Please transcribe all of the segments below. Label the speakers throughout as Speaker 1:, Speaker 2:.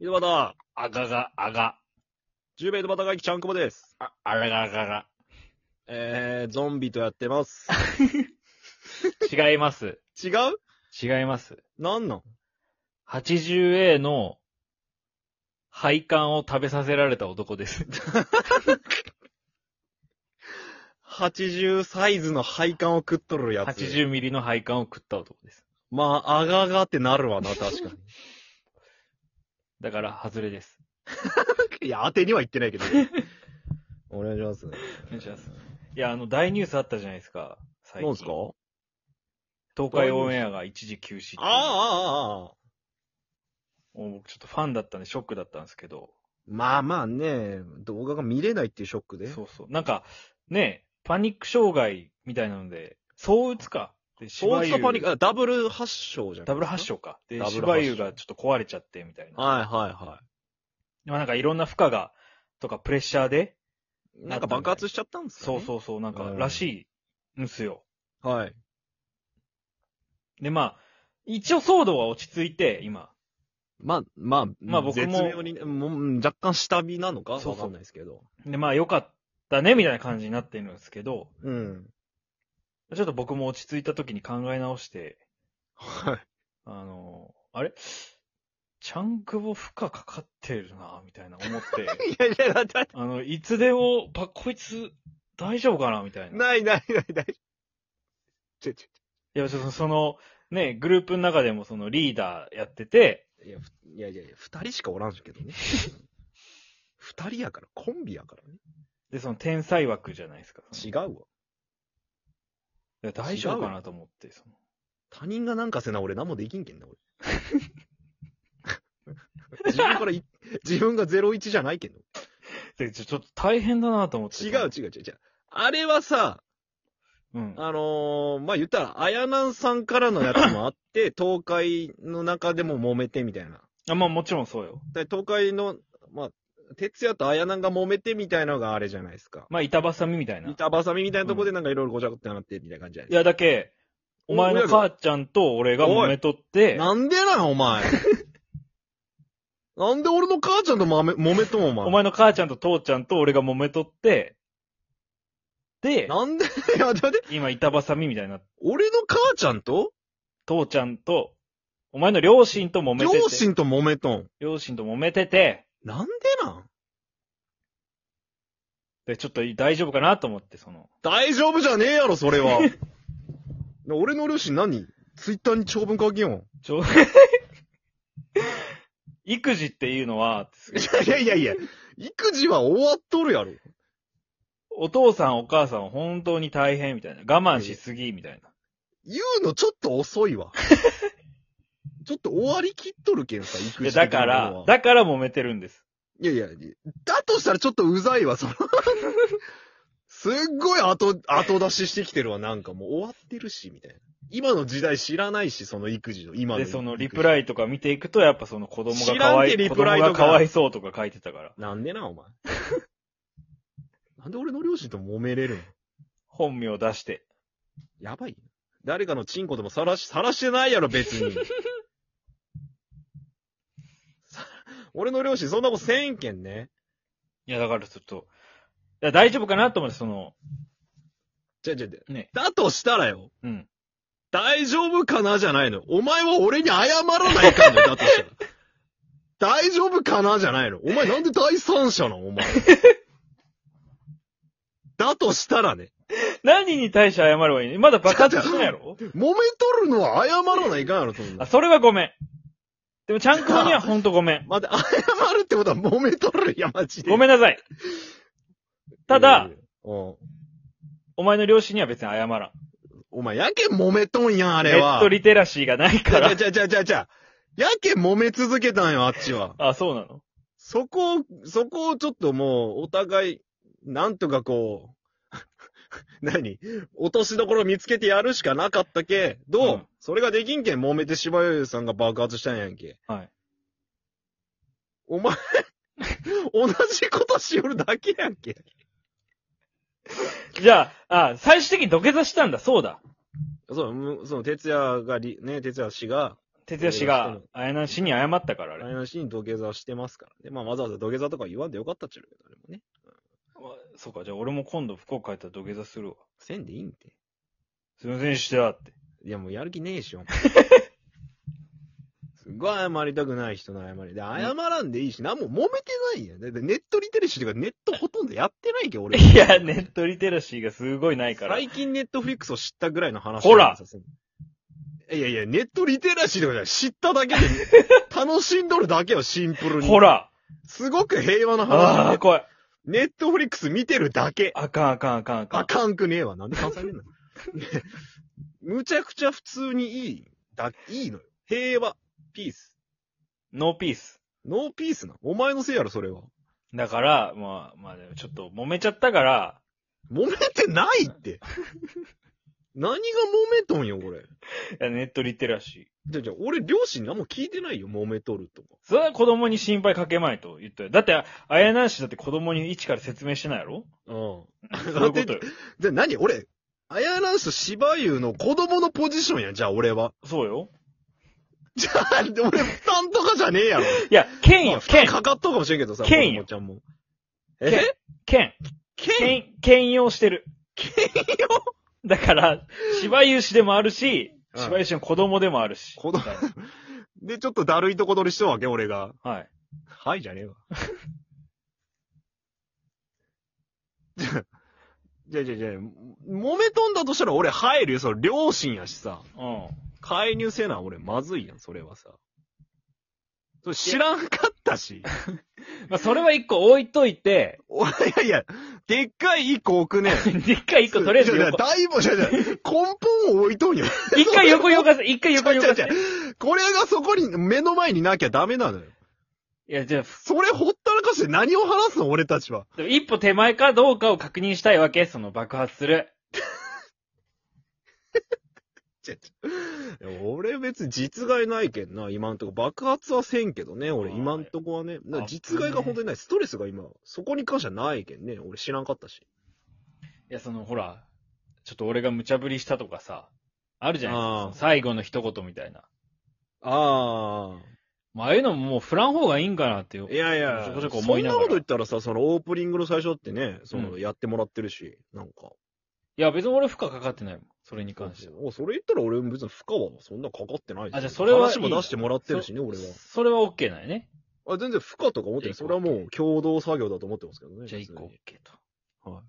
Speaker 1: 井戸端、
Speaker 2: あがが、あが、
Speaker 1: 十名井戸端会議ちゃんこぼです。
Speaker 2: あ、あらががが
Speaker 1: えー、ゾンビとやって ます。
Speaker 2: が。違います。
Speaker 1: 違う
Speaker 2: 違います。
Speaker 1: なんなん
Speaker 2: 80A の配管を食べさせられた男です。
Speaker 1: ?80 サイズの配管を食っとるやつ。。
Speaker 2: 80ミリの配管を食った男です。
Speaker 1: まあ、あがあがってなるわ な、確か
Speaker 2: だから、外れです。
Speaker 1: に。いや、当てには言ってないけど。 お願いします。
Speaker 2: お願いします。いや、あの、大ニュースあったじゃないですか。最
Speaker 1: 何すか
Speaker 2: 東海オンエアが一時休止っていう。
Speaker 1: ああ、ああ、ああ。
Speaker 2: もう僕ちょっとファンだったんでショックだったんですけど。
Speaker 1: まあまあね、動画が見れないっていうショックで。
Speaker 2: そうそう。なんか、ね、パニック障害みたいなので、相うつか。で、
Speaker 1: そうい
Speaker 2: 芝
Speaker 1: う
Speaker 2: 生
Speaker 1: パニック、あダブル発症じゃん。
Speaker 2: ダブル発症か。で
Speaker 1: ダ、ブル発
Speaker 2: 芝
Speaker 1: 症
Speaker 2: 生がちょっと壊れちゃって、みたいな。
Speaker 1: はいはいは
Speaker 2: まあなんかいろんな負荷が、とかプレッシャーで、
Speaker 1: い。なんか爆発しちゃったんですか、
Speaker 2: そ
Speaker 1: ね、
Speaker 2: うそうそう、なんか
Speaker 1: うん
Speaker 2: らしいんすよ。
Speaker 1: う。はい。
Speaker 2: で、まあ、一応騒動は落ち着いて、今。
Speaker 1: まあ、まあ、
Speaker 2: まあ僕
Speaker 1: 絶
Speaker 2: も
Speaker 1: 妙にね、もううん若干下火なのか
Speaker 2: そうそう
Speaker 1: わかんないですけど。
Speaker 2: で、まあ良かったね、みたいな感じになってるんですけど、
Speaker 1: うん。
Speaker 2: ちょっと僕も落ち着いた時に考え直して、
Speaker 1: はい。
Speaker 2: あの、あれちゃんくぼ負荷かかってるな、みたいな思って、
Speaker 1: いやいや、だって
Speaker 2: あの、いつでも、ば、こいつ、大丈夫かなみたいな。い
Speaker 1: ないないないない。ちょち
Speaker 2: や、ちょっとその、ね、グループの中でもそのリーダーやってて、
Speaker 1: ょいや、ふいやいやいや、二人しかおらんしけどね。 二人やから、コンビやからね。
Speaker 2: で、その天才枠じゃないですか。
Speaker 1: 違うわ。
Speaker 2: いや大丈夫かなと思って、その。
Speaker 1: 他人がなんかせな、俺何もできんけんな、俺。 自分からい、自分が01じゃないけんの。
Speaker 2: で、ちょちょっと大変だなと思って。
Speaker 1: 違う。違う違う違う。あれはさ、
Speaker 2: うん。
Speaker 1: あのー、まあ、言ったら、あやなんさんからのやつもあって、東海の中でも揉めてみたいな。
Speaker 2: あまあもちろんそうよ。
Speaker 1: で東海の、まあ、哲也とあやなんが揉めてみたいなのがあれじゃないですか。
Speaker 2: まあ板挟みみたいな。い
Speaker 1: 板挟みみたいなとこでなんかいろいろごちゃごちゃなってみたいな感じじゃないですか。
Speaker 2: やだけ、お前の母ちゃんと俺が揉めとって、
Speaker 1: なんでなん、お前。なんで俺の母ちゃんとまめ揉めとん、お前。
Speaker 2: お前の母ちゃんと父ちゃんと俺が揉めとって、で、
Speaker 1: なんで、いや、だって、
Speaker 2: 今板挟みみたいな。
Speaker 1: 俺の母ちゃんと
Speaker 2: 父ちゃんと、お前の両親と揉めてて。
Speaker 1: 両親と揉めとん。
Speaker 2: 両親と揉めてて、
Speaker 1: なんでなん
Speaker 2: で、ちょっと大丈夫かなと思って、その。
Speaker 1: 大丈夫じゃねえやろ、それ は。俺の両親何ツイッターに長文書きよん。
Speaker 2: ちょ 育児っていうのは、
Speaker 1: いやいやいや、育児は終わっとるやろ。
Speaker 2: お父さんお母さんは本当に大変みたいな。我慢しすぎみたいな。
Speaker 1: 言うのちょっと遅 いわ。ちょっと終わりきっとるけんさ、育
Speaker 2: で
Speaker 1: 児
Speaker 2: だ
Speaker 1: 的な
Speaker 2: か
Speaker 1: も
Speaker 2: ら
Speaker 1: のは。、
Speaker 2: だから揉めてるんです。
Speaker 1: いやいや、だとしたらちょっとうざいわ、 その。すっごい後、後出ししてきてるわ、なんかもう終わってるし、みたいな。今の時代知らないし、その育児の、今の
Speaker 2: で、
Speaker 1: 育児。
Speaker 2: そのリプライとか見ていくと、やっぱその子供が
Speaker 1: 知
Speaker 2: からわ
Speaker 1: ん
Speaker 2: い、
Speaker 1: てリ
Speaker 2: 子
Speaker 1: プラ
Speaker 2: 供
Speaker 1: イとか
Speaker 2: がかわいそうとか書いてたから。
Speaker 1: なんでな、お前。 なんで俺の両親と揉めれるの
Speaker 2: 本名出して。
Speaker 1: やばい。誰かのチンコでもさらし、さらしてないやろ、別に。さ俺の両親、そんなことせんけんね。
Speaker 2: いや、だからちょっと、いや、大丈夫かなと思って、その、
Speaker 1: じゃじゃじゃ。
Speaker 2: ね。
Speaker 1: だとしたらよ、
Speaker 2: うん。
Speaker 1: 大丈夫かなじゃないの。お前は俺に謝らないか んのよ、だとしたら。大丈夫かなじゃないの。お前なんで第三者なの、お 前。だとしたらね、
Speaker 2: 何に対して謝ればいいのまだ爆発してないやろ
Speaker 1: 揉めとるのは謝らないかんやろ、そんな
Speaker 2: あ、。それはごめん。でも、ちゃんくぼにはほんとごめん。
Speaker 1: 待って、謝るってことは揉めとるんや、マジで。
Speaker 2: ごめんなさい。ただ、
Speaker 1: うん、
Speaker 2: お前の両親には別に謝らん。
Speaker 1: お前、やけん揉めとんやん、あ
Speaker 2: ネ
Speaker 1: れは。
Speaker 2: ットリテラシーがないか ら
Speaker 1: じ。ゃじゃじゃじゃじゃ。やけん揉め続けたんよ、あっちは。
Speaker 2: あ、そうなの
Speaker 1: そこを、そこをちょっともう、お互い、なんとかこう、 何落としどころ見つけてやるしかなかったけ、どう、
Speaker 2: うん
Speaker 1: それができんけん揉めて芝生さんが爆発したんやんけ。
Speaker 2: はい。
Speaker 1: お前、 同じことしよるだけやんけ。
Speaker 2: じゃあ、あ、最終的に土下座したんだ、そうだ。
Speaker 1: そう、むその、哲也がり、ね、哲也氏が、
Speaker 2: 哲也氏が、あやな氏に謝ったから、あれ。
Speaker 1: あれなしに土下座してますからね。まあわざわざ土下座とか言わんでよかったっちゃうけど、でもね。
Speaker 2: わそうか、じゃあ俺も今度福岡帰ったら土下座するわ。
Speaker 1: せんでいいんて。
Speaker 2: すいませんでしたって。
Speaker 1: いやもうやる気ねえ し、お前すごい謝りたくない人の謝り。で、謝らんでいいし、なんも揉めてないやん。だってネットリテラシーとかネットほとんどやって ないけど、俺。
Speaker 2: いや、ネットリテラシーがすごいないから。
Speaker 1: 最近ネットフリックスを知ったぐらいの話。
Speaker 2: ほら
Speaker 1: いやいや、ネットリテラシーとかじゃない知っただけで、楽しんどるだけよ、シンプルに。
Speaker 2: ほ。ら
Speaker 1: すごく平和な
Speaker 2: あ
Speaker 1: 話
Speaker 2: あ、。怖い。
Speaker 1: ネットフリックス見てるだけ。
Speaker 2: あかんあかんあかんあかん。
Speaker 1: あかんくねえわ。なんで関西 弁なのむちゃくちゃ普通にいい。だ、いいのよ。平和。ピース。
Speaker 2: ノーピース。
Speaker 1: ノーピースな。お前のせいやろ、それは。
Speaker 2: だから、まあ、まあ、ちょっと揉めちゃったから、
Speaker 1: 揉めてない って。何が揉めとんよ、これ。
Speaker 2: いやネットリテラシー。
Speaker 1: じゃあ、じゃあ、俺、両親何も聞いてないよ、揉めとるとか。
Speaker 2: それは子供に心配かけまいと言ったよ。だって、あやなしだって子供に一から説明してないやろ
Speaker 1: うん。
Speaker 2: そういうことよ。
Speaker 1: じゃあ何俺、アヤランスと芝生の子供のポジションやん、じゃあ俺は。
Speaker 2: そうよ。
Speaker 1: じゃあ、俺、負担とかじゃねえやろ。
Speaker 2: いや、剣
Speaker 1: まあ
Speaker 2: よ、
Speaker 1: 負担
Speaker 2: 剣、
Speaker 1: かかっとうかもしれんけどさ、
Speaker 2: 剣よ
Speaker 1: 子供ちゃんも。
Speaker 2: 剣
Speaker 1: え
Speaker 2: 剣、
Speaker 1: 剣
Speaker 2: 剣、剣用してる。
Speaker 1: 剣よ
Speaker 2: だから、芝有志でもある
Speaker 1: う
Speaker 2: し、
Speaker 1: ん
Speaker 2: 芝有志の子供でもあるし。
Speaker 1: 子供 で、ちょっとだるいとこ取りしとうわけ、俺が。
Speaker 2: はい。
Speaker 1: はい、じゃねえわ。 じゃあ、じゃあ、じゃあ、揉めとんだとしたら俺入るよ、それ、両親やしさ。
Speaker 2: うん。
Speaker 1: 介入せな、俺、まずいやん、それはさ。それ知らんかったし。
Speaker 2: まあ、それは一個置いといて、
Speaker 1: おいやいや、でっかい一個置く ね。
Speaker 2: でっかい一個とりあえず
Speaker 1: いやいや
Speaker 2: 横、
Speaker 1: 大もじゃじゃ根本を置いとんよ。
Speaker 2: 一回横よかせ、一回横よかせ。
Speaker 1: 違う違う
Speaker 2: い
Speaker 1: これがそこに、目の前になきゃダメなのよ。
Speaker 2: や、じゃあ、
Speaker 1: それほったらかして何を話すの、俺たちは。
Speaker 2: でも一歩手前かどうかを確認したいわけ、その爆発する。
Speaker 1: 違う違ういや俺別に実害ないけんな、今んとこ。爆発はせんけどね、俺、
Speaker 2: あー
Speaker 1: 今んとこはね。な
Speaker 2: あ
Speaker 1: 実害が本当にない。ストレスが今、そこに関してはないけんね。俺知らんかったし。
Speaker 2: いや、その、ほら、ちょっと俺が無茶ぶりしたとかさ、あるじゃないです
Speaker 1: あ
Speaker 2: か
Speaker 1: ー。
Speaker 2: その最後の一言みたいな。
Speaker 1: ああ。
Speaker 2: まあ、ああいうのももう振らん方がいいんかなってよ。
Speaker 1: いやいや、
Speaker 2: ち
Speaker 1: そ
Speaker 2: ょこちょこ思い
Speaker 1: ん
Speaker 2: な
Speaker 1: な
Speaker 2: が
Speaker 1: こ
Speaker 2: ら
Speaker 1: と言ったらさ、そのオープニングの最初ってね、その、
Speaker 2: うん
Speaker 1: やってもらってるし、なんか。
Speaker 2: いや、別に俺負荷かかってないもん。それに関しては。
Speaker 1: おそれ言ったら俺別に負荷はそんなかかってないし
Speaker 2: あじゃあそれはいい
Speaker 1: 話も出してもらってるしね、俺は。
Speaker 2: それは OK なんやね。
Speaker 1: あ、全然負荷とか思ってない。
Speaker 2: じ
Speaker 1: そ
Speaker 2: ゃあ
Speaker 1: れはもう共同作業だと思ってますけどね。
Speaker 2: じゃあ一
Speaker 1: 別
Speaker 2: 個 OK
Speaker 1: に
Speaker 2: と。。
Speaker 1: は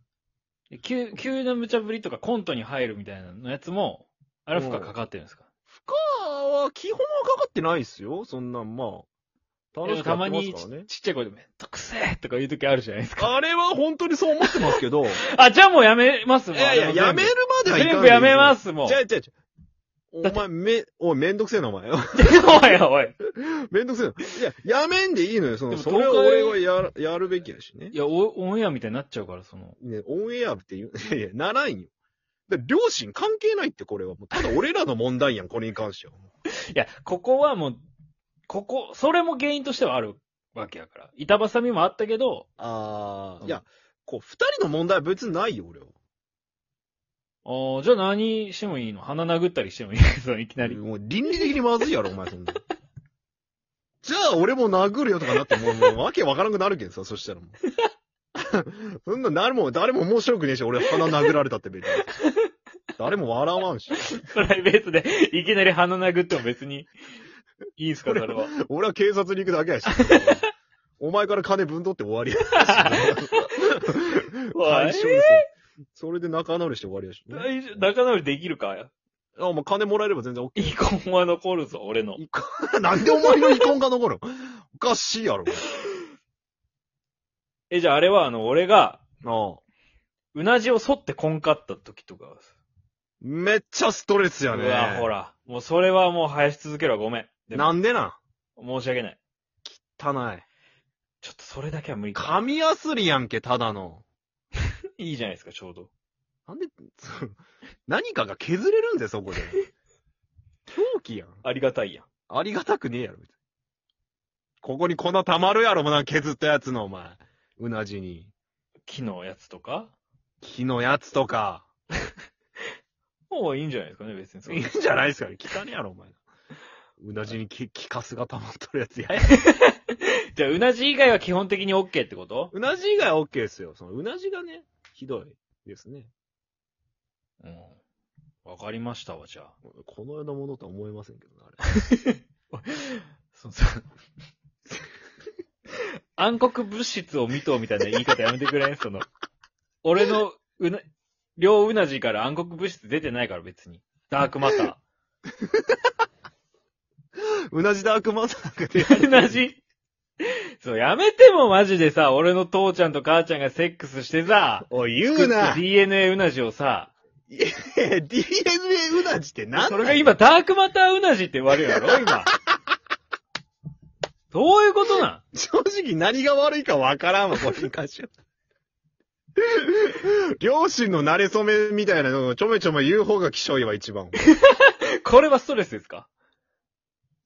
Speaker 1: い
Speaker 2: 急、急な無茶ぶりとかコントに入るみたいなのやつも、あれ負荷かかってるんですか
Speaker 1: 負荷は基本はかかってないっすよ。そんなん、まあ。楽しくや
Speaker 2: た
Speaker 1: っ
Speaker 2: ま
Speaker 1: てます
Speaker 2: にち
Speaker 1: からね。
Speaker 2: ちっちゃい声でめんどくせえとか言う時あるじゃないですか。
Speaker 1: あれは本当にそう思ってますけ ど。い
Speaker 2: あ、じゃあもうやめますもん
Speaker 1: やいや、やめるまではいかん。
Speaker 2: 全部やめますすもん。
Speaker 1: じゃあ、じゃあ、じゃあお前、め、おい、めんどくせえな、お前。
Speaker 2: おい おい。
Speaker 1: めんどくせえな。いや、やめんでいいのよ。そ
Speaker 2: で
Speaker 1: の、
Speaker 2: も
Speaker 1: それは
Speaker 2: 東
Speaker 1: 俺
Speaker 2: 海
Speaker 1: はやる、やるべきやしね。
Speaker 2: いや、おオンエアみたいになっちゃうから、その。
Speaker 1: ね、オンエアって言う、 いやいや、ならんよ。だから両親関係ないって、これは。もうただ俺らの問題やん、これに関しては。
Speaker 2: いや、ここはもう、ここ、それも原因としてはあるわけやから。板挟みもあったけど、
Speaker 1: あ
Speaker 2: ー
Speaker 1: いや、こう、二人の問題は別にないよ、俺は。
Speaker 2: あーじゃあ何してもいいの鼻殴ったりしてもいい そのいきなり。
Speaker 1: もう倫理的にまずいやろ、お前、そんな。 じゃあ、俺も殴るよとかなって、もう、もう、わけわからんくなるけんさ、そしたらもう。 そんな、誰も、誰も面白くねえし、俺鼻殴られたって別に。誰も笑わんし。
Speaker 2: プライベートで いきなり鼻殴っても別に、いいんすか、それは。
Speaker 1: 俺は警察に行くだけやし。 お前から金分取って終わりや。解消ですよそれで仲直りして終わりやし、ね。
Speaker 2: 大丈夫仲直りできるか
Speaker 1: あ、もう金もらえれば全然 OK。
Speaker 2: 遺恨は残るぞ、俺の。
Speaker 1: 遺恨 なんでお前の遺恨が残るのおかしいやろ。
Speaker 2: え、じゃああれは、あの、俺が、
Speaker 1: ああ。
Speaker 2: うなじを反ってこんかった時とか。
Speaker 1: めっちゃストレスやね。
Speaker 2: うわ、ほら。もうそれはもう生やし続けるわ、ごめん。でも
Speaker 1: なんでなん
Speaker 2: 申し訳ない。
Speaker 1: 汚い。
Speaker 2: ちょっとそれだけは無理か。
Speaker 1: 紙やすりやんけ、ただの。
Speaker 2: いいじゃないですか、ちょうど。
Speaker 1: なんで、 そう何かが削れるんだよ、そこで。 狂気やん。
Speaker 2: ありがたいやん。
Speaker 1: ありがたくねえやろ、別にここに粉溜まるやろ、もうなんか削ったやつの、お前。うなじに。
Speaker 2: 木のやつとか
Speaker 1: 木のやつとか。
Speaker 2: もういいんじゃないですかね、別に そ
Speaker 1: いい
Speaker 2: れ。
Speaker 1: んじゃないですかね。汚ねえやろ、お前。うなじにき、きかすが溜まっとるやつや。
Speaker 2: じゃあ、うなじ以外は基本的に OK ってこと
Speaker 1: うなじ以外は OK ですよ。そのうなじがね、ひどいですね。
Speaker 2: うん。わかりましたわ、じゃあ。
Speaker 1: このようなものとは思えませんけどね、あ
Speaker 2: そうそう。 暗黒物質を見とうみたいな言い方やめてくれんその。俺のうな、両うなじから暗黒物質出てないから別に。ダークマタ
Speaker 1: れ。 うなじダークマザーが出
Speaker 2: ー。うなじ。そう、やめてもマジでさ、俺の父ちゃんと母ちゃんがセックスしてさ、
Speaker 1: おい、言う な
Speaker 2: DNA うなじをさ、
Speaker 1: !DNA うなじって何
Speaker 2: それが今、ダークマターうなじって言われるやろ今。どういうことなん
Speaker 1: 正直何が悪いかわからんわ、これに関しては。 両親の慣れ初めみたいなのをちょめちょめ言う方が気性いわ、一番。
Speaker 2: これはストレスですか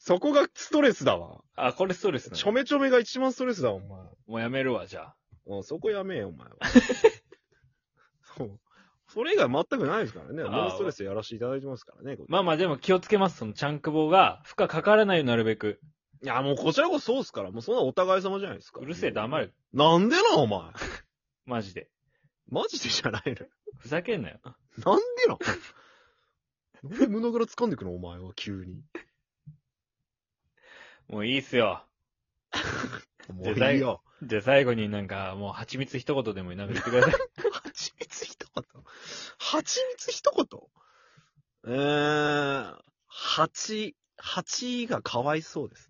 Speaker 1: そこがストレスだわ。
Speaker 2: あ、これストレスな
Speaker 1: ちょ
Speaker 2: の
Speaker 1: めちょめが一番ストレスだわ、お前。
Speaker 2: もうやめるわ、じゃあ。
Speaker 1: うん、そこやめえよ、お前 は。そう。それ以外全くないですからね。
Speaker 2: あー
Speaker 1: ノンストレスやらせていただいてますからね。これ
Speaker 2: まあまあでも気をつけます、そのチャンク棒が。負荷かからないようになるべく。
Speaker 1: いや、もうこちらこそそうっすから。もうそんなお互い様じゃないですか。
Speaker 2: うるせえ、黙
Speaker 1: れ。
Speaker 2: れ。
Speaker 1: なんでな、お前。
Speaker 2: マジで。
Speaker 1: マジでじゃないの。
Speaker 2: ふざけんなよ。
Speaker 1: なんでな。なんで胸ぐら掴んでくの、お前は、急に。
Speaker 2: もういいっすよ。
Speaker 1: もういいよ。
Speaker 2: じゃあ最後になんか、もう蜂蜜一言でもなんか言ってください。
Speaker 1: 蜂蜜一言蜂蜜一言えー、蜂、蜂がかわいそうです。